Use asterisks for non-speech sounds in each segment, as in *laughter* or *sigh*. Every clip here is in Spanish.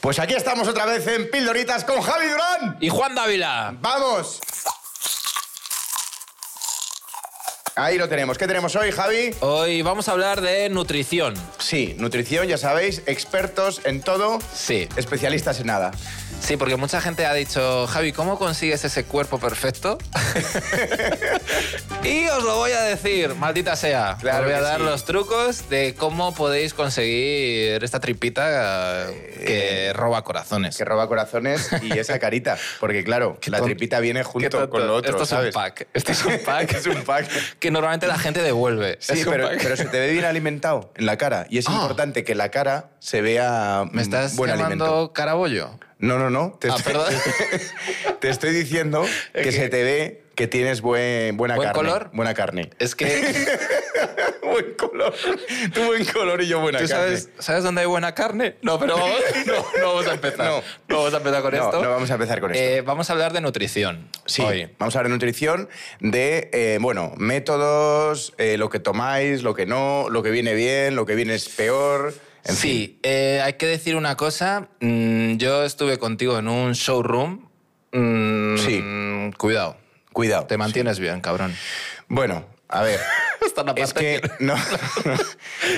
Pues aquí estamos otra vez en Pildoritas con Javi Durán. Y Juan Dávila. ¡Vamos! Ahí lo tenemos. ¿Qué tenemos hoy, Javi? Hoy vamos a hablar de nutrición. Sí, nutrición, ya sabéis, expertos en todo, Sí. especialistas en nada. Sí, porque mucha gente ha dicho, Javi, ¿cómo consigues ese cuerpo *laughs* perfecto? y os lo voy a decir, maldita sea. Claro os voy a que dar sí. los trucos de cómo podéis conseguir esta tripita Eh, que roba corazones. Que roba corazones *laughs* y esa carita. Porque, claro, la tonto. tripita viene Qué junto tonto. con lo otro, Esto es ¿sabes? un pack. Esto es un pack. es un *laughs* pack. *laughs* que normalmente la gente devuelve. Sí, Es un pero, pack. pero se te ve bien alimentado en la cara. Y es Ah. importante que la cara se vea ¿Me mm, estás buen llamando alimento. carabollo? No, no, no. Te, Ah, estoy, perdón. te estoy diciendo que, que- se te ve que tienes buen, buena ¿Buen carne. color? Buena carne. Es *laughs* que, *laughs* buen color. Tú buen color y yo buena ¿tú carne. sabes, sabes dónde hay buena carne? No, pero *laughs* vamos- no, no vamos a empezar. No. No, vamos a empezar con No, esto. no vamos a empezar con esto. Eh, vamos a hablar de nutrición Sí, hoy. vamos a hablar de nutrición, de, eh, bueno, métodos, eh, lo que tomáis, lo que no, lo que viene bien, lo que viene es peor. En fin. sí, eh, hay que decir una cosa. Mm, yo estuve contigo en un showroom. Mm, Sí. Cuidado. Cuidado. Te mantienes *laughs* bien, cabrón. Bueno, a *laughs* ver. Hasta la Es que no,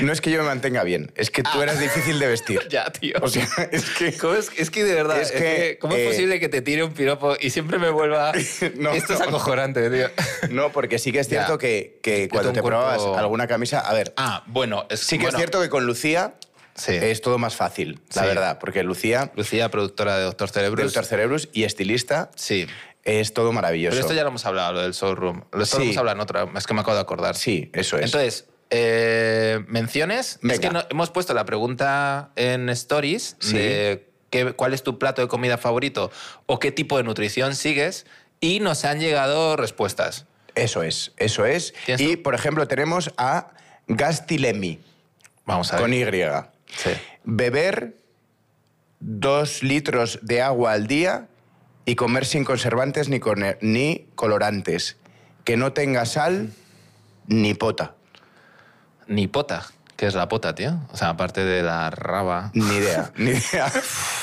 no *laughs* es que yo me mantenga bien, es que tú eras difícil de *laughs* vestir. *laughs* Ya, tío. O sea, es que ¿Cómo es, es que de verdad, Es es que, que, ¿cómo eh, es posible que te tire un piropo y siempre me vuelva... *laughs* No, Esto es no. acojonante, tío. no, porque sí que es cierto Ya. que, que Yo cuando te tengo un cuerpo- probabas alguna camisa, a ver, Ah, bueno, es, sí que bueno, es cierto que con Lucía Sí. es todo más fácil, la Sí. verdad, porque Lucía Lucía, productora de Doctor Cerebro. del Cerebrus y estilista Sí. es todo maravilloso. Pero esto ya lo hemos hablado, lo del showroom. Lo Sí. esto lo hemos hablado en otra, es que me acabo de acordar. Sí, eso es. Entonces, eh, menciones. Es Venga. que no- hemos puesto la pregunta en Stories Sí. de qué- cuál es tu plato de comida favorito o qué tipo de nutrición sigues y nos han llegado respuestas. Eso es, eso es. ¿Tienes Y, por ejemplo, tenemos a Gastilemi, Vamos a ver. con Y. Sí. Beber dos litros de agua al día y comer sin conservantes ni, corne- ni colorantes. Que no tenga sal ni pota. Ni pota. ¿Qué es la pota, tío? O sea, aparte de la raba. Ni *laughs* idea, ni idea.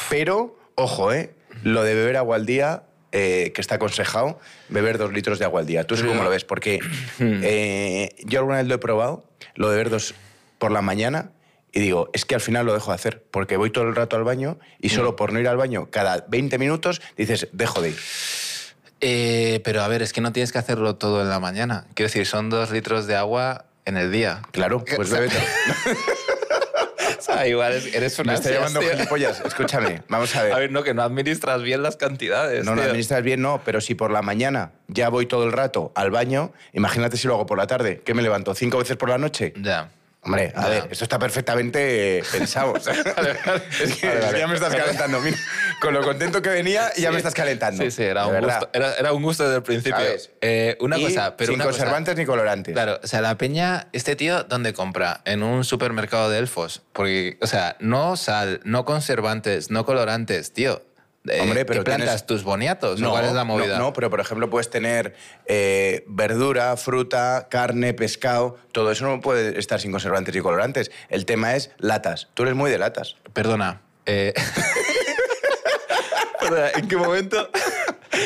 Pero, ojo, ¿eh? Lo de beber agua al día, eh, que está aconsejado, beber dos litros de agua al día. ¿Tú eso cómo lo ves? Porque Mm. eh, yo alguna vez lo he probado, lo de beber dos por la mañana, y digo, es que al final lo dejo de hacer, porque voy todo el rato al baño Mm. y solo por no ir al baño cada 20 minutos dices, dejo de ir. Eh, pero a ver, es que no tienes que hacerlo todo en la mañana. Quiero decir, son dos litros de agua en el día. Claro, pues bebe todo. *laughs* O sea, igual es- eres un Me está ansias, llamando tío. gilipollas. Escúchame, vamos a ver. A ver, no, que no administras bien las cantidades. No lo tío. administras bien, no, pero si por la mañana ya voy todo el rato al baño, imagínate si lo hago por la tarde, que me levanto cinco veces por la noche. Ya. Hombre, a Ya. ver, esto está perfectamente eh, pensado. *laughs* o sea, *laughs* es *laughs* que Vale, vale. ya me estás calentando, mira. Con lo contento que venía, ya me estás calentando. Sí, sí, era de un, verdad. gusto, era, era un gusto desde el principio. ¿Sabes? Eh, una Y cosa, pero sin una cosa- conservantes ni colorantes. Claro, o sea, la peña, este tío, ¿dónde compra? En un supermercado de elfos. Porque, o sea, no sal, no conservantes, no colorantes, tío. Eh, Hombre, pero ¿Qué plantas tienes- tus boniatos? ¿O ¿Cuál pues es la movida? No, no, pero por ejemplo puedes tener eh, verdura, fruta, carne, pescado, todo eso no puede estar sin conservantes ni colorantes. El tema es latas. Tú eres muy de latas. Perdona. eh, *laughs* Perdona, ¿en qué momento?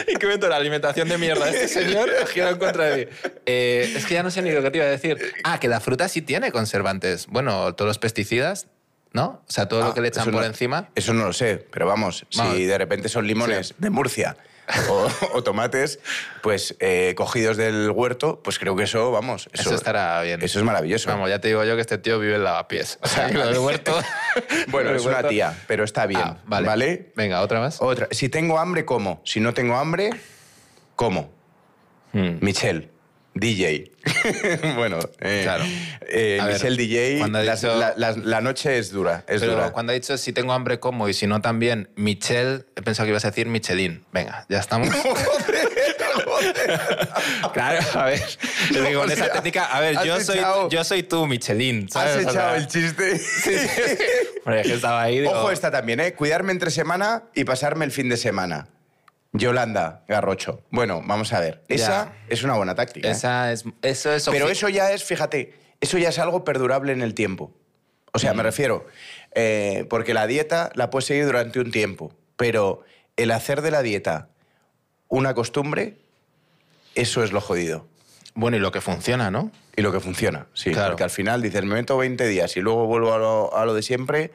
¿En qué momento la alimentación de mierda de este señor gira en contra de mí? Eh, es que ya no sé ni lo que te iba a decir. Ah, que la fruta sí tiene conservantes. Bueno, todos los pesticidas, ¿no? O sea, todo Ah, lo que le echan eso por no- encima. Eso no lo sé, pero vamos, Vamos. si de repente son limones Sí. de Murcia o, *laughs* o tomates, pues eh, cogidos del huerto, pues creo que eso, vamos, eso, Eso, estará bien. eso es maravilloso. Vamos, ya te digo yo que este tío vive en lavapiés. *laughs* O sea, que lo del huerto. Bueno, lo del es una huerto- tía, pero está bien, Ah, vale. vale. Venga, otra más. Otra, si tengo hambre, como. Si no tengo hambre, como. Mm. Hmm. Michelle, DJ. *laughs* bueno, eh, Claro. eh, A ver, Michelle DJ, cuando ha las- dicho- la, las- la noche es dura, es Pero dura. cuando ha dicho si tengo hambre como y si no también Michelle, he pensado que ibas a decir Michelin. Venga, ya estamos. *laughs* claro, a *laughs* ver. Yo digo, *laughs* con O sea, esa técnica, a has ver, yo soy, echado- yo soy tú, Michelin. ¿sabes? Has O echado sea, el chiste. *laughs* hombre, que estaba ahí. digo, Ojo esta también, ¿eh? Cuidarme entre semana y pasarme el fin de semana. Yolanda Garrocho. Bueno, vamos a ver. Ya. Esa es una buena táctica. ¿eh? Esa es, eso es. Pero ofi- Mm. eso ya es, fíjate, eso ya es algo perdurable en el tiempo. O sea, me refiero, Eh, porque la dieta la puedes seguir durante un tiempo, pero el hacer de la dieta una costumbre, eso es lo jodido. Bueno, y lo que funciona, ¿no? Y lo que funciona, sí. Claro. Porque al final dices, me meto 20 días y luego vuelvo a lo, a lo de siempre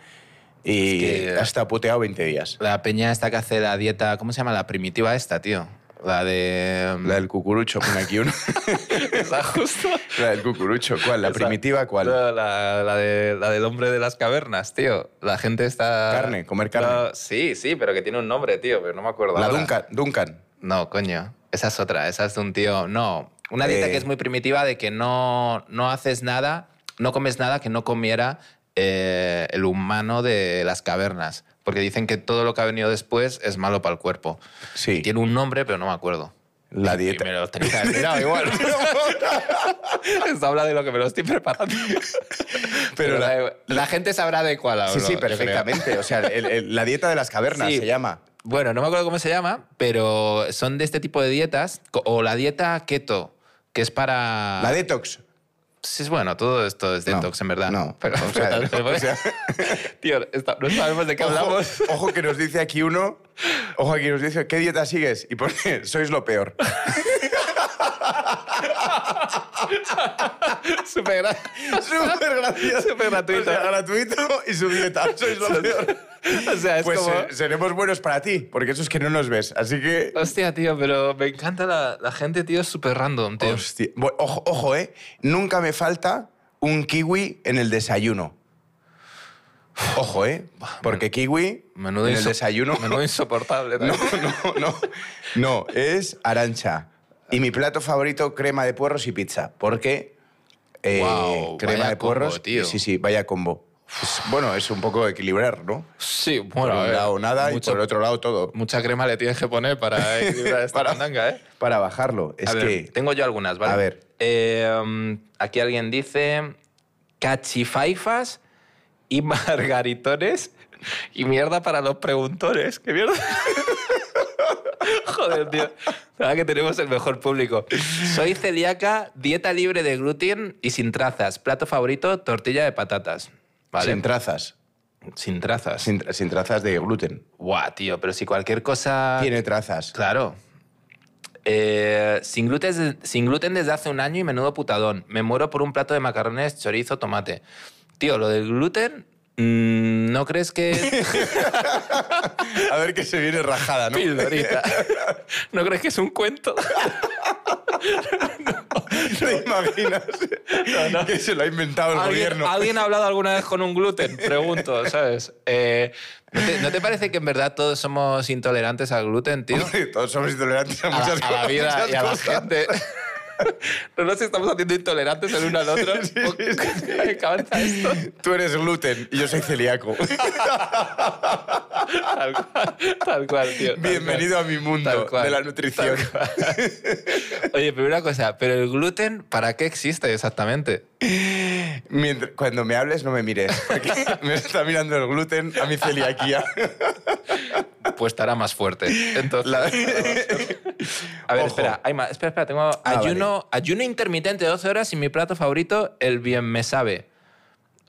y Es que- eh, hasta puteado 20 días. La peña esta que hace la dieta, ¿cómo se llama? La primitiva esta, tío. La de... *laughs* La del cucurucho, pone aquí uno. Esa justo. *laughs* la del cucurucho, ¿cuál? ¿La Esa. primitiva cuál? No, la, la de- la del hombre de las cavernas, tío. La gente está... Carne, comer carne. No, sí, sí, pero que tiene un nombre, tío, pero no me acuerdo. La ahora. Duncan. Duncan. No, coño. Esa es otra. Esa es de un tío. No. Una dieta Eh. que es muy primitiva de que no, no haces nada, no comes nada que no comiera eh, el humano de las cavernas. Porque dicen que todo lo que ha venido después es malo para el cuerpo. Sí. Tiene un nombre, pero no me acuerdo. La Y dieta. me lo tenía que haber *laughs* mirado igual. Esto habla de lo que me lo estoy preparando. Pero, la- da igual. la, gente sabrá de cuál hablo. Sí, sí, yo creo. perfectamente. O sea, el- el- la dieta de las cavernas Sí. se llama. Bueno, no me acuerdo cómo se llama, pero son de este tipo de dietas. co- O la dieta keto, que es para. La detox. Sí, es bueno, todo esto es No, detox, en verdad. no, *laughs* Pero, o sea, no, o sea- *laughs* Tío, esta- no sabemos de qué hablamos. *laughs* Ojo, ojo que nos dice aquí uno. Ojo que nos dice, ¿qué dieta sigues? Y pone, sois lo *laughs* peor. Súper gra- *laughs* Súper gracioso. Súper gratuito. O sea, gratuito y su dieta. Sois lo peor. O sea, es Pues como. eh, seremos buenos para ti, porque eso es que no nos ves. Así que. Hostia, tío, pero me encanta la, la gente, tío, es súper random, tío. Hostia. Bueno, Ojo, ojo, ¿eh? Nunca me falta un kiwi en el desayuno. Ojo, ¿eh? Porque kiwi Menudo en el inso- desayuno. Menudo insoportable. *laughs* No, tío. no, no. No, es arancha. Y mi plato favorito, crema de puerros y pizza. Porque eh, Guau, crema vaya de puerros. combo, tío. Sí, sí, vaya combo. Es- bueno, es un poco equilibrar, ¿no? Sí, Por bueno, a un ver, lado nada y mucho- por el otro lado todo. Mucha crema le tienes que poner *laughs* para equilibrar esta Para- mandanga, ¿eh? Para bajarlo. Es A ver, que. tengo yo algunas, ¿vale? A ver. Eh, um, aquí alguien dice cachifaifas y *laughs* margaritones y mierda para los preguntones. ¿Qué mierda? *laughs* Joder, tío. La verdad que tenemos el mejor público. Soy celíaca, dieta libre de gluten y sin trazas. Plato favorito, tortilla de patatas. ¿Vale? Sin trazas. Sin trazas. Sin, tra- sin trazas de gluten. Buah, tío, pero si cualquier cosa... Tiene trazas. Ah, Claro. Eh, sin, gluten, sin gluten desde hace un año y menudo putadón. Me muero por un plato de macarrones, chorizo, tomate. Tío, lo del gluten, mm, ¿no *laughs* crees que... A ver que se viene rajada, ¿no? Pildorita. ¿No crees que es un cuento? *laughs* ¿Te imaginas que se lo ha inventado el ¿Alguien, gobierno? alguien ha hablado alguna vez con un gluten? Pregunto, ¿sabes? Eh, ¿no, te, no te parece que en verdad todos somos intolerantes al gluten, tío? *laughs* Hombre, Todos somos intolerantes a a, la- muchas a la cosas, vida muchas *laughs* y a la cosas. gente. *laughs* No nos estamos haciendo intolerantes el uno al otro. Sí, sí, sí, sí. *laughs* Me encanta esto. Tú eres gluten y yo soy celíaco. Tal cual, tal cual, tío. tal Bienvenido a mi mundo Tal cual. de la nutrición. cual. Oye, primera cosa, pero el gluten, ¿para qué existe exactamente? Mientras- cuando me hables no me mires, *laughs* porque me está mirando el gluten a mi celiaquía. Pues estará más fuerte. Entonces, *laughs* La- a Ojo. Ah, ver, espera, hay más. Espera, espera, tengo ayuno, ayuno intermitente de 12 horas y mi plato favorito, el bien me sabe.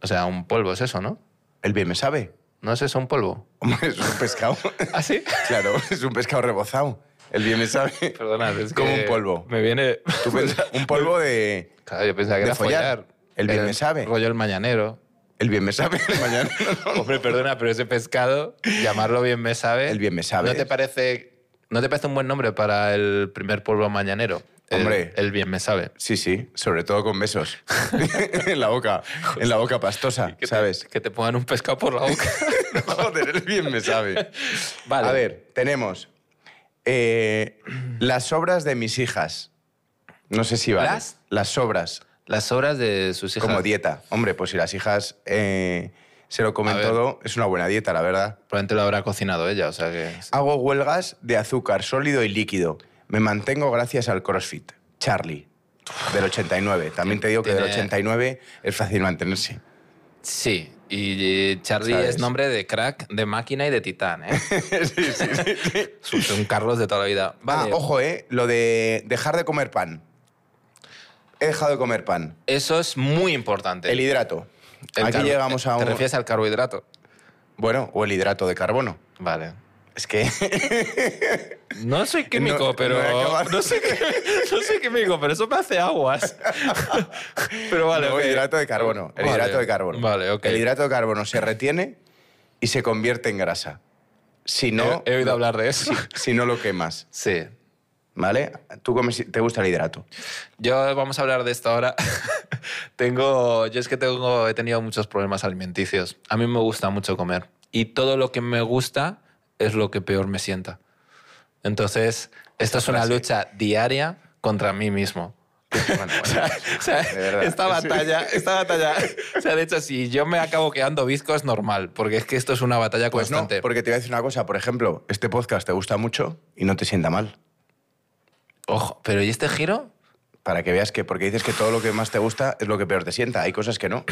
O sea, un polvo es eso, ¿no? El bien me sabe. ¿No es eso un polvo? Hombre, es un pescado. *laughs* ¿Ah, sí? Claro, es un pescado rebozado. El bien me sabe. Perdona, es Como que un polvo. Me viene. Tú piensas, un polvo de... Claro, yo pensaba que De era follar. follar. El bien me sabe. Rollo el mañanero. El bien me sabe. *laughs* Mañana. Hombre, perdona, pero ese pescado, llamarlo bien me sabe. El bien me sabe. ¿No te parece, no te parece un buen nombre para el primer polvo mañanero? El- Hombre. El, bien me sabe. Sí, sí, sobre todo con besos. *laughs* en la boca, en la boca pastosa, *laughs* Que te- ¿sabes? que te pongan un pescado por la boca. Joder, el bien me sabe. *laughs* vale. A ver, tenemos eh, *clears throat* las obras de mis hijas. No sé si vale. ¿Las? Las obras, Las obras de sus hijas. como dieta. Hombre, pues si las hijas eh, se lo A comen ver. todo, es una buena dieta, la verdad. Probablemente lo habrá cocinado ella, o sea que. Hago huelgas de azúcar sólido y líquido. Me mantengo gracias al CrossFit. Charlie, del 89. También te digo que del Tiene- 89 es fácil mantenerse. Sí. Y eh, Charlie ¿Sabes? es nombre de crack, de máquina y de titán, *laughs* ¿eh? sí, sí, sí. Es un Carlos de toda la vida. Vale. Ah, ojo, ¿eh? Lo de dejar de comer pan. He dejado de comer pan. Eso es muy importante. El hidrato. El Aquí carbo- llegamos a un... ¿Te ah, refieres al carbohidrato? Bueno, o el hidrato de carbono. Vale. Es *laughs* que No soy químico, Eh, No- pero. no he acabado. No, soy, quí- *laughs* no soy químico, pero eso me hace *laughs* aguas. pero vale. no, ok. el hidrato de carbono. El Vale, hidrato de carbono. Vale, ok. El hidrato de carbono se retiene y se convierte en grasa. Si no, He, he oído hablar de eso. *laughs* si no lo quemas, Sí. ¿vale? Tú comes, te gusta el hidrato. Yo vamos a hablar de esto ahora. *laughs* tengo. Yo es que tengo. He tenido muchos problemas alimenticios. A mí me gusta mucho comer. Y todo lo que me gusta es lo que peor me sienta. Entonces, esto es una frase. lucha diaria contra mí mismo. Bueno, bueno. *laughs* O sea, De verdad. esta batalla, esta batalla. O sea, de hecho, si yo me acabo quedando bizco es normal, porque es que esto es una batalla Pues no, constante. porque te voy a decir una cosa. Por ejemplo, este podcast te gusta mucho y no te sienta mal. Ojo, pero ¿y este giro? Para que veas que, porque dices que todo lo que más te gusta es lo que peor te sienta. Hay cosas que no.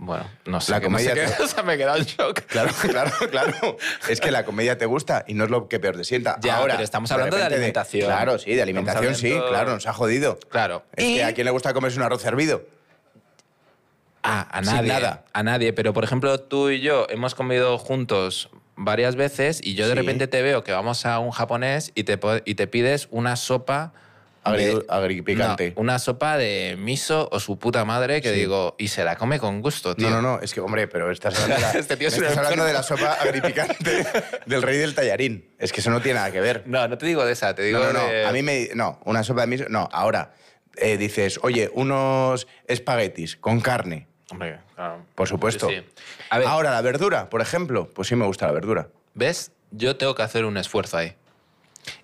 Bueno, no sé. La que no sé comedia qué- te- *laughs* o sea, me he quedado en shock. Claro, *laughs* claro, claro. Es que la comedia te gusta y no es lo que peor te sienta. Ya, Ahora, pero estamos hablando de repente alimentación. claro, sí, de alimentación, Estamos hablando- sí, claro, nos ha jodido. Claro. Es Y- que a quién le gusta comerse un arroz hervido. Ah, a Sin nadie. nada. A nadie. Pero, por ejemplo, tú y yo hemos comido juntos varias veces y yo de Sí. repente te veo que vamos a un japonés y te, po- y te pides una sopa. Agri- de- agripicante. No, una sopa de miso o su puta madre que digo, y se la come con gusto, tío. No, no, no, es que, hombre, pero estás hablando, *laughs* de la, Este tío es me un estás hablando de la sopa *laughs* agripicante del rey del tallarín. Es que eso no tiene nada que ver. No, no te digo de esa, te digo No, no, no. de- A mí me. No, una sopa de miso. No, ahora eh, dices, oye, unos espaguetis con carne. Hombre, claro. Por supuesto. Sí, sí. A ver, Ahora, la verdura, por ejemplo. Pues sí me gusta la verdura. ¿ves? Yo tengo que hacer un esfuerzo ahí.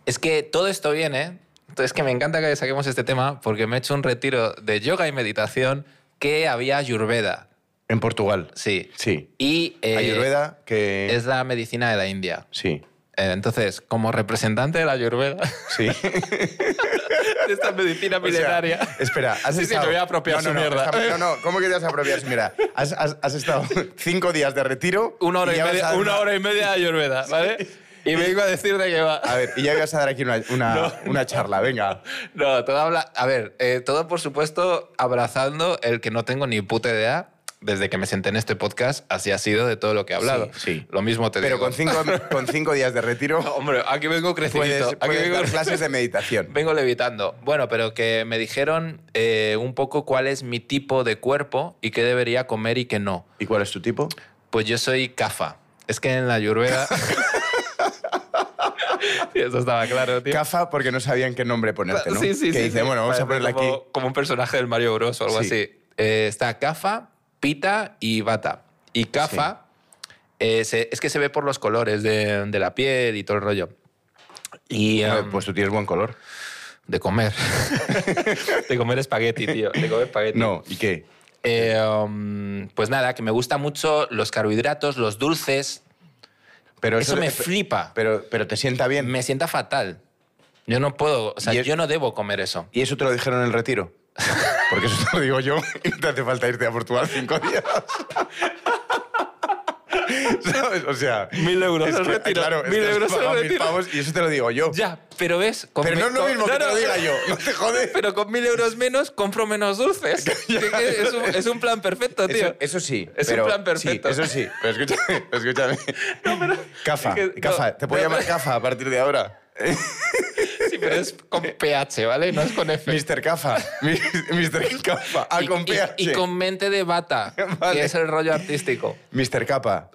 Es que todo esto viene... Es que me encanta que saquemos este tema porque me he hecho un retiro de yoga y meditación que había ayurveda. En Portugal. Sí. Sí. Y eh, Ayurveda, que. es la medicina de la India. Sí. Eh, Entonces, como representante de la ayurveda, *laughs* Sí. de esta medicina O sea, milenaria... espera, has Sí, sí, estado... te voy a apropiar no, no, su no, mierda. esta- No, no, ¿cómo que te vas a apropiar su mierda? Has, has- has estado *laughs* cinco días de retiro... una hora y, ya vas a media, dar una hora y media de Ayurveda, ¿vale? *laughs* Y me vengo a decirte que va. A ver, y ya vas a dar aquí una, una, una charla, venga. No, todo habla. A ver, eh, todo por supuesto abrazando el que no tengo ni puta idea. Desde que me senté en este podcast, así ha sido de todo lo que he hablado. Sí, sí. Lo mismo *laughs* te Pero digo. con cinco, con cinco días de retiro *laughs* Hombre, aquí vengo creciendo. *laughs* puedes, aquí puedes vengo, dar clases de meditación. *laughs* vengo levitando. Bueno, pero que me dijeron eh, un poco cuál es mi tipo de cuerpo y qué debería comer y qué no. ¿Y cuál es tu tipo? Pues yo soy cafa. Es que en la *laughs* Ayurveda. Sí, Eso estaba claro, tío. Cafa, porque no sabían qué nombre ponerte, ¿no? Sí, sí, que sí, dice, sí. bueno, vamos a Parece ponerle aquí... como, Como un personaje del Mario Bros o algo Sí. así. Eh, está Cafa, Pita y Bata. Y Cafa eh, se- es que se ve por los colores de, de la piel y todo el rollo. Y Joder, em, Pues tú tienes buen color. de comer. *laughs* de comer espagueti, tío. De comer espagueti. No, ¿y qué? Eh, em, pues nada, que me gusta mucho los carbohidratos, los dulces. Pero Eso me eh, flipa. Pero, pero te sienta bien. Me sienta fatal. Yo no puedo, o sea, Y es- yo no debo comer eso. ¿Y eso te lo dijeron en el retiro? *laughs* Porque eso te lo digo yo *laughs* y no te hace falta irte a Portugal cinco días. *laughs* ¿Sabes? O sea... Mil euros es al que, retiro, Claro, es mil que has euros al pagado mil retiro. pavos y eso te lo digo yo. Ya, pero ves. con Pero mi- no es lo con- mismo no, que te no, lo diga no. yo. No te jodes. Pero con mil euros menos compro menos dulces. *laughs* Que- que es, un, es un plan perfecto, tío. Eso, eso sí. Es un pero- plan perfecto. sí, eso sí. Pero *laughs* escúchame, pero escúchame. Cafa, es que- Cafa. no, te puedo no, llamar Cafa a partir de ahora. Sí, pero es *laughs* con pH, ¿vale? No es con F. Mr. Cafa. Mi- *laughs* Mr. Cafa. A Y- Ah, con y- PH. Y, con mente *laughs* de bata, Vale. que es el *laughs* rollo artístico. Mr. Capa.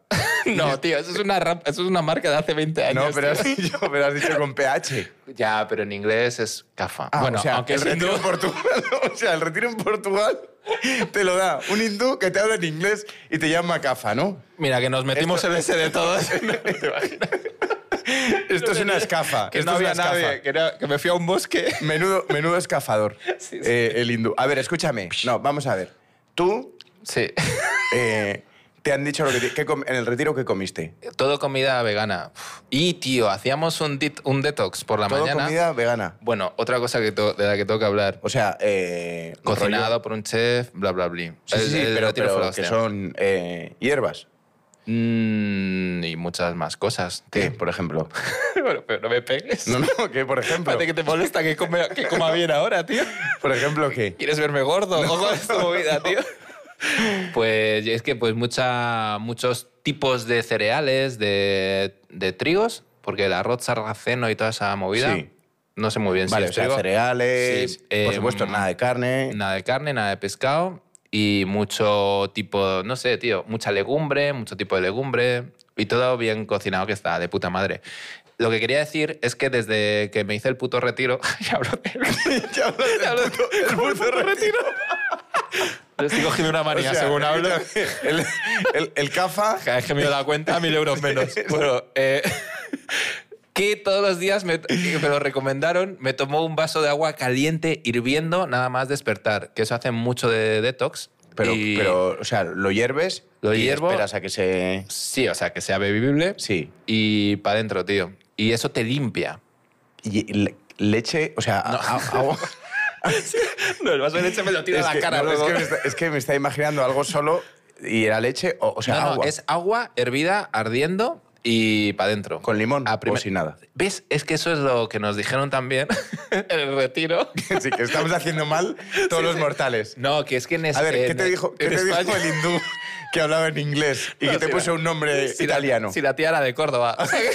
No, tío, eso es una, rap- eso es una marca de hace 20 años. No, pero has, tío. dicho, pero has dicho con PH. Ya, pero en inglés es cafa. Ah, bueno, o sea, aunque el es retiro hindú. en Portugal, *laughs* o sea, el retiro en Portugal te lo da un hindú que te habla en inglés y te llama Cafa, ¿no? Mira, que nos metimos en ese *laughs* de todos. No te imaginas. Esto es una escafa. que esto no es una había nadie, escafa. que, era- que me fui a un bosque. Menudo, menudo escafador, *laughs* Sí, sí. eh, el hindú. A ver, escúchame. No, vamos a ver. Tú Sí. eh, te han dicho lo que, te- qué com- en el retiro que comiste. Todo comida vegana. Uf. Y, tío, hacíamos un, dit- un detox por la Todo mañana. comida vegana. Bueno, otra cosa que to- de la que tengo que hablar. O sea, eh, Cocinado rollo- por un chef, bla, bla, bla. Sí, sí, sí, pero, pero que son eh, hierbas. Mm, y muchas más cosas. ¿Qué, tío. por ejemplo? *laughs* *laughs* bueno, pero no me pegues. No, no, ¿qué, por ejemplo? Parece que te molesta que, come- que coma bien ahora, tío. ¿Por ejemplo qué? *laughs* ¿Quieres verme gordo? Ojo a esta movida, tío. Pues es que pues mucha, muchos tipos de cereales, de, de trigos, porque el arroz sarraceno y toda esa movida, Sí. no sé muy bien Vale, si o es sea, trigo. cereales, Sí, eh, por supuesto, mm, nada de carne. Nada de carne, nada de pescado y mucho tipo, no sé, tío, mucha legumbre, mucho tipo de legumbre y todo bien cocinado que está, de puta madre. Lo que quería decir es que desde que me hice el puto retiro, *laughs* ya hablo de- Ya hablo del hablo de- puto- el puto retiro. estoy cogiendo una O manía sea, según hablo. *laughs* El, el, el CAFA. Cada vez que me doy la cuenta, mil *laughs* euros menos. Bueno, eh, *laughs* que todos los días me, me lo recomendaron, me tomó un vaso de agua caliente, hirviendo, nada más despertar, que eso hace mucho de detox. Pero, y- pero, o sea, lo hierves Lo y hiervo. esperas a que se... Sí, o sea, que sea bebible Sí. y para adentro, tío. Y eso te limpia. Y le- leche, o sea, a- a- *laughs* agua... No, el vaso de leche me lo Es que- no, es, que me está, es que me está imaginando algo solo y era leche o, o sea, No, no, agua. es agua hervida, ardiendo y para adentro. Con limón A o primer- sin *laughs* nada. ¿Ves? Es que eso es lo que nos dijeron también *laughs* en el retiro. Así que estamos haciendo mal todos los mortales. No, que es que en es- A ver, ¿qué en- te dijo, qué en te dijo España- el hindú que hablaba en inglés y *laughs* No, que te si puso la- un nombre si la- Eh, italiano? si la tía era de Córdoba. *laughs* O sea que-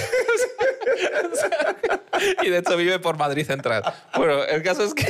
o sea, y de hecho vive por Madrid Central. Bueno, el caso es que. *laughs*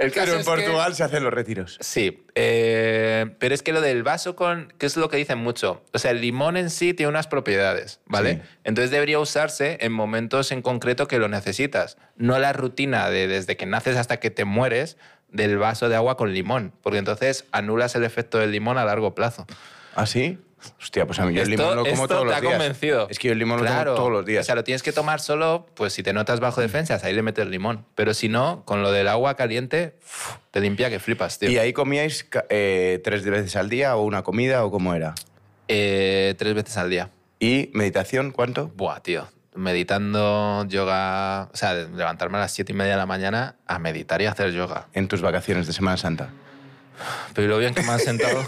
El caso Pero en es que- Portugal se hacen los retiros. Sí, eh, pero es que lo del vaso con, que es lo que dicen mucho, o sea, el limón en sí tiene unas propiedades, ¿vale? Sí. Entonces debería usarse en momentos en concreto que lo necesitas, no la rutina de desde que naces hasta que te mueres del vaso de agua con limón, porque entonces anulas el efecto del limón a largo plazo. ¿Ah, sí? Hostia, pues a mí yo el Esto- limón lo como esto todos te los ha días. convencido. Es que yo el limón lo Claro. como todos los días. O sea, lo tienes que tomar solo, pues si te notas bajo defensas, ahí le metes limón, pero si no, con lo del agua caliente, uf, te limpia que flipas, tío. ¿Y ahí comíais ca- eh, tres veces al día o una comida o cómo era? Eh, tres veces al día. ¿Y meditación cuánto? Buah, tío. Meditando, yoga. O sea, de- levantarme a las 7 y media de la mañana a meditar y a hacer yoga. En tus vacaciones de Semana Santa. Pero ¿y lo bien que me *laughs* han sentado.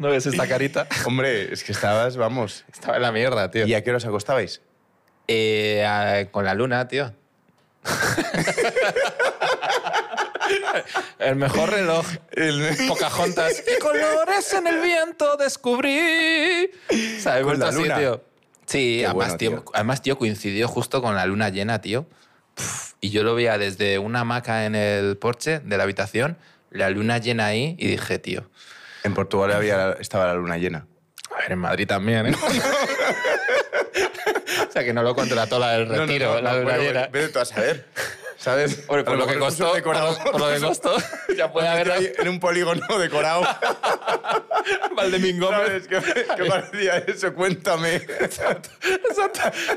¿No ves esta carita? Hombre, es que estabas, vamos. Estaba en la mierda, tío. ¿Y a qué hora os acostabais? Eh, a- con la luna, tío. *laughs* El mejor reloj. Pocahontas. *laughs* ¿Qué colores en el viento descubrí? O sea, he Con vuelto la así, luna. tío. Sí, Qué además, bueno, tío, tío. además, tío, coincidió justo con la luna llena, tío. Pf, y yo lo veía desde una hamaca en el porche de la habitación, la luna llena ahí, y dije, tío, En Portugal había, estaba la luna llena. a ver, en Madrid también, ¿eh? *laughs* o sea, que no lo contrató la del retiro, la luna bueno, llena. Vete tú a saber. *laughs* ¿Sabes? Hombre, por A lo que mejor puso costó, un por decorado. lo, por lo *laughs* que costó, ya puede Ahí haber En un polígono decorado. *laughs* Valdemingómez. ¿Sabes? ¿Qué, qué parecía eso? Cuéntame. Exacto.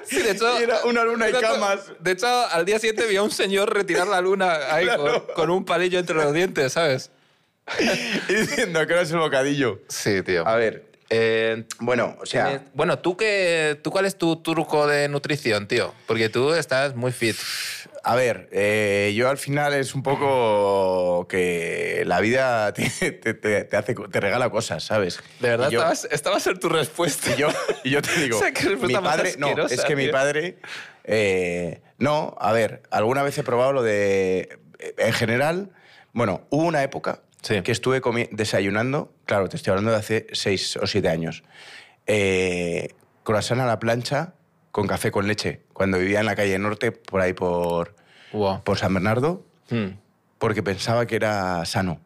Sí, de hecho, Y era una luna y exacto. camas. De hecho, al día siguiente vi a un señor retirar la luna *laughs* ahí con, con un palillo entre los dientes, ¿sabes? Y diciendo que era el bocadillo. Sí, tío. A ver, eh, eh, bueno, o sea, bueno, ¿tú, qué, ¿tú cuál es tu truco de nutrición, tío? Porque tú estás muy fit. a ver, eh, yo al final es un poco que la vida *laughs* te, te- te- te hace, te regala cosas, ¿sabes? De verdad, Y yo- estabas, esta va a ser tu respuesta. Y yo, y yo *laughs* te digo, O sea, que respuesta mi más padre, no, asquerosa, es que mi tío. padre, eh, no, a ver, alguna vez he probado lo de, eh, en general, bueno, hubo una época Sí. que estuve comi- desayunando, claro, te estoy hablando de hace seis o siete años, eh, croissant a la plancha con café con leche, cuando vivía en la calle Norte, por ahí por, Wow. por San Bernardo, Hmm. porque pensaba que era sano.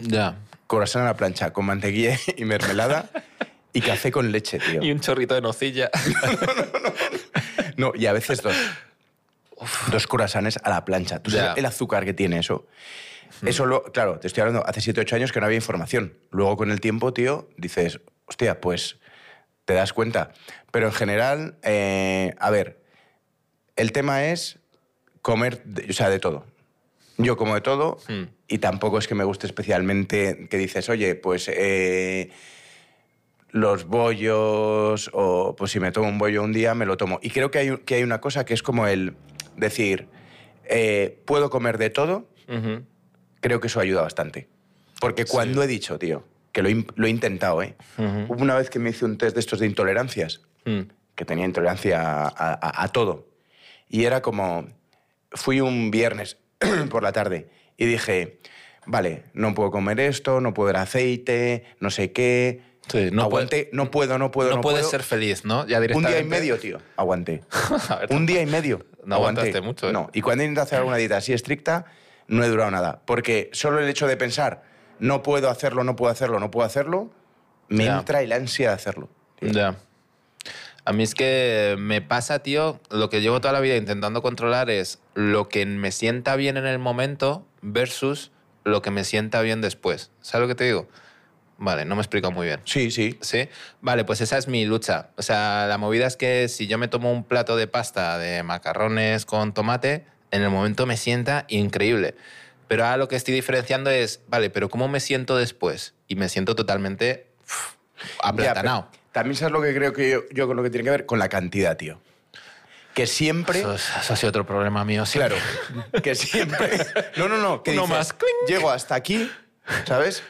Ya. Croissant a la plancha con mantequilla *laughs* y mermelada y café con leche, tío. Y un chorrito de nocilla. No, y a veces dos. Dos curasanes a la plancha. ¿Tú sabes Ya. el azúcar que tiene eso? Eso, lo, claro, te estoy hablando hace 7, 8 años que no había información. Luego con el tiempo, tío, dices, hostia, pues te das cuenta. Pero en general, eh, a ver, el tema es comer, de- o sea, de todo. Yo como de todo *laughs* Hmm. y tampoco es que me guste especialmente que dices, oye, pues eh, los bollos o pues si me tomo un bollo un día, me lo tomo. Y creo que hay, que hay una cosa que es como el decir, eh, puedo comer de todo, Ujú. creo que eso ayuda bastante. Porque Sí. cuando he dicho, tío, que lo, he imp- lo he intentado, ¿eh? Ujú. Hubo una vez que me hice un test de estos de intolerancias Hmm. que tenía intolerancia a, a- a todo. *clears throat* Y era como, fui un viernes por la tarde y dije, vale, no puedo comer esto, no puedo el aceite, no sé qué. Sí, no aguante, no puedo, no puedo. no, No, puedes puedo. ser feliz, ¿no? Ya Un directamente. día y medio, tío. Aguanté. *laughs* A ver, Un día y medio. No aguanté. aguantaste mucho, ¿eh? No, y cuando he intentado hacer alguna dieta así estricta, no he durado nada. Porque solo el hecho de pensar, no puedo hacerlo, no puedo hacerlo, no puedo hacerlo, me Ya. entra el ansia de hacerlo. Ya. A mí es que me pasa, tío, lo que llevo toda la vida intentando controlar es lo que me sienta bien en el momento versus lo que me sienta bien después. ¿Sabes lo que te digo? Vale, no me explico muy bien. Sí, sí. Sí, vale, pues esa es mi lucha. O sea, la movida es que si yo me tomo un plato de pasta de macarrones con tomate, en el momento me sienta increíble. Pero ahora lo que estoy diferenciando es, vale, pero ¿cómo me siento después? Y me siento totalmente uf, aplatanado. Ya, pero También sabes lo que creo que yo, yo con lo que tiene que ver con la cantidad, tío. Que siempre. Eso, es- eso ha sido otro problema mío. sí. Claro. Que siempre. *laughs* No, no, no. Que Uno dices, más, clink. Llego hasta aquí, ¿sabes?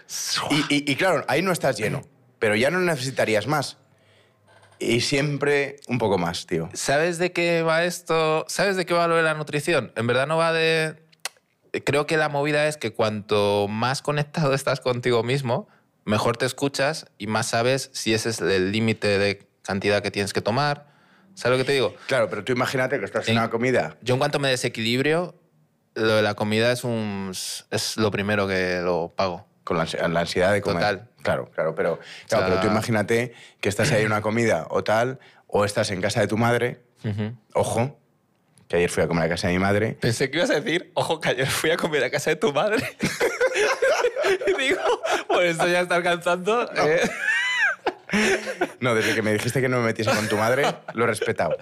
Y, y- y claro, ahí no estás lleno, pero ya no necesitarías más. Y siempre un poco más, tío. ¿Sabes de qué va esto? ¿Sabes de qué va lo de la nutrición? En verdad no va de... Creo que la movida es que cuanto más conectado *laughs* estás contigo mismo, mejor te escuchas y más sabes si ese es el límite de cantidad que tienes que tomar. ¿Sabes lo que te digo? Claro, pero tú imagínate que estás Sí. en una comida. Yo en cuanto me desequilibrio, lo de la comida es, un, es lo primero que lo pago. Con la, ansi- la ansiedad de comer. Total. Claro, claro, pero, claro, sea- pero tú imagínate que estás ahí en una comida o tal, o estás en casa de tu madre. Ojo, que ayer fui a comer a casa de mi madre. Pensé que ibas a decir, ojo, que ayer fui a comer a casa de tu madre. *laughs* y digo, por eso ya está alcanzando. eh. Oh. *laughs* No, desde que me dijiste que no me metiese con tu madre, lo he respetado.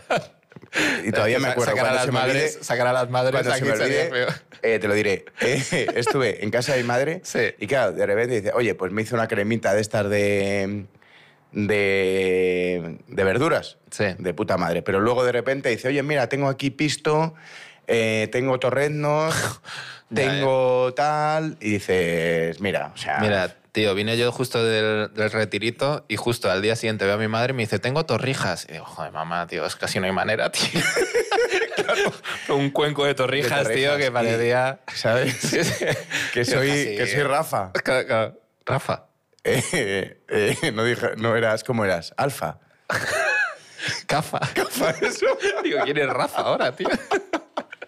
Y todavía me acuerdo. Sacar a cuando las se me olvide- madres, sacar a las madres Cuando se aquí me sería olvide, feo. eh, te lo diré. Eh, estuve en casa de mi madre Sí. y claro, de repente dice, oye, pues me hizo una cremita de estas de... de, de verduras. Sí. De puta madre. Pero luego de repente dice, oye, mira, tengo aquí pisto, eh, tengo torreznos, *laughs* Ya, ya. tengo tal... Y dices, mira, o sea... Mira, tío, vine yo justo del, del retirito y justo al día siguiente veo a mi madre y me dice, tengo torrijas. Y digo, joder, mamá, tío, es casi no hay manera, *laughs* tío. Un cuenco de torrijas, tío, torrijas, que y- parecía... *laughs* ¿Sabes? Sí, sí. Que Yo soy, *laughs* casi- que soy Rafa. Ca- ca- Rafa. Eh, eh, no, dije, no eras como eras, alfa. *laughs* Cafa. Digo, ¿quién es Rafa ahora, tío?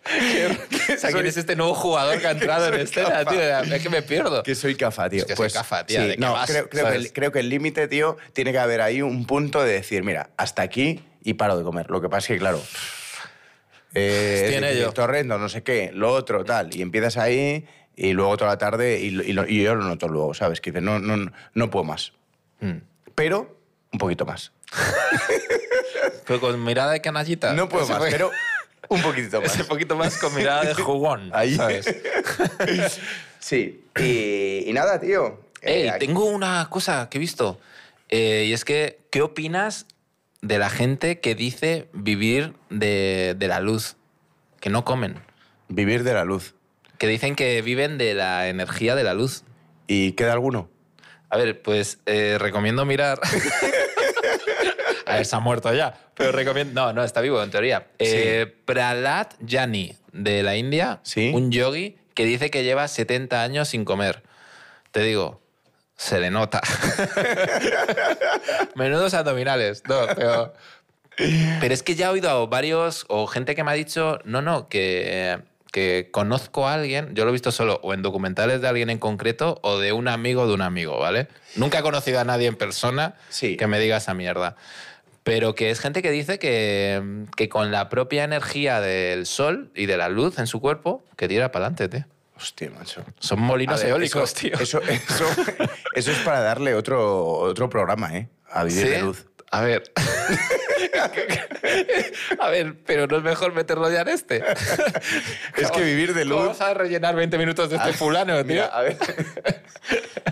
O sea, ¿quién soy- es este nuevo jugador que ha entrado en escena, tío? Es que me pierdo. Que soy cafa, tío. Pues, Es que soy cafa, tía, ¿de qué no, vas? creo, creo que, ¿Sabes? el- creo que el límite, tío, tiene que haber ahí un punto de decir, mira, hasta aquí y paro de comer. Lo que pasa es que, claro. Eh, Pues Tiene es difícil, ello. torrendo, no sé qué, lo otro, tal. Y empiezas ahí y luego toda la tarde y, lo- y lo- y yo lo noto luego, ¿sabes? Que dices, no, no, no puedo más. Mm. Pero un poquito más. Pero con mirada de canallita. No puedo Ese más, po- pero un poquito más. *laughs* Ese poquito más con mirada de *laughs* jugón. Ahí. ¿sabes? Sí. Y, y nada, tío. Ey, Eh, aquí- tengo una cosa que he visto. Eh, y es que, ¿qué opinas de la gente que dice vivir de, de la luz? Que no comen. Vivir de la luz. Que dicen que viven de la energía de la luz. ¿Y queda alguno? A ver, pues eh, recomiendo mirar. A ver, se ha muerto ya. Pero recomiendo. No, no, está vivo en teoría. Eh, Pralat Yani, de la India, Sí. un yogi que dice que lleva 70 años sin comer. Te digo, se le nota. Menudos abdominales. No, pero. *laughs* Pero es que ya he oído a varios o gente que me ha dicho, no, no, que, que conozco a alguien, yo lo he visto solo o en documentales de alguien en concreto o de un amigo de un amigo, ¿vale? Nunca he conocido a nadie en persona Sí. que me diga esa mierda. Pero que es gente que dice que, que con la propia energía del sol y de la luz en su cuerpo, que tira para adelante, tío. Hostia, macho. Son molinos A ver, eólicos, eso, tío. Eso, *laughs* eso, eso es para darle otro, otro programa, ¿eh? A Vivir de ¿Sí? Luz. A ver. *laughs* a ver, pero no es mejor meterlo ya en este. Es que Vivir de *laughs* Luz... Ah, Vamos a rellenar 20 minutos de este fulano, tío. Mira, a ver. *laughs*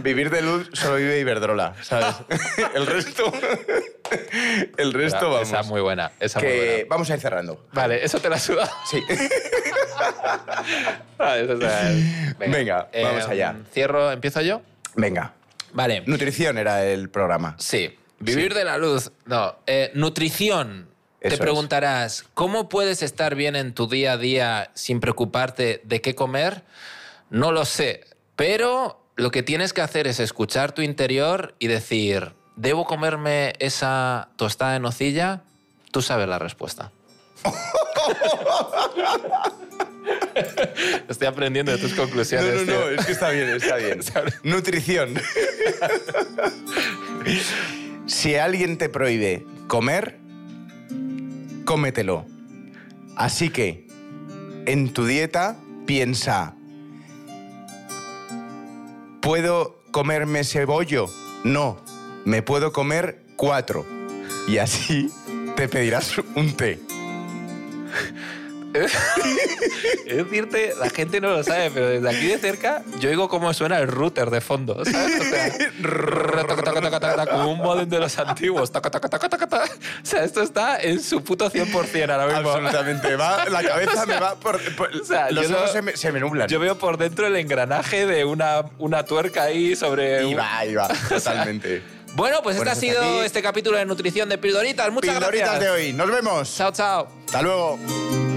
Vivir de Luz solo vive Iberdrola, *laughs* ¿sabes? El resto... El resto, Esa- vamos. Esa es muy buena. Esa es muy que buena. vamos a ir cerrando. Vale, eso te la suda. *laughs* Sí. Ah, eso está- em, Venga, vamos allá. Cierro, empiezo yo. Venga. Vale. Nutrición era el programa. Sí, vivir de la luz. No, eh, nutrición. Eso te es. preguntarás, ¿cómo puedes estar bien en tu día a día sin preocuparte de qué comer? No lo sé. Pero lo que tienes que hacer es escuchar tu interior y decir, ¿debo comerme esa tostada en hocilla? Tú sabes *laughs* la respuesta. Estoy aprendiendo de tus No, no, no, conclusiones. tío. es que está bien, está *laughs* bien. Nutrición. si alguien te prohíbe comer, cómetelo. Así que, en tu dieta, piensa, ¿puedo comerme ese bollo? No, me puedo comer cuatro. Y así te pedirás un té. Es decirte, la gente no lo sabe, pero desde aquí de cerca yo oigo cómo suena el router de fondo, ¿sabes? O sea, rrr, taca, taca, *laughs* taca, taca, taca, como un modem de los antiguos. Taca, taca, taca, taca, taca. O sea, esto está en su puto 100% ahora mismo. Absolutamente, va, la cabeza me va por... por- o sea, los yo no- ojos se, me, se me nublan. Yo veo por dentro el engranaje de una, una tuerca ahí sobre... Y un- va, y va, totalmente. Bueno, pues Bueno, este ha pues sido aquí- este capítulo de Nutrición de Pildoritas. Muchas Pildoritas gracias. de hoy. Nos vemos. Chao, chao. Hasta luego.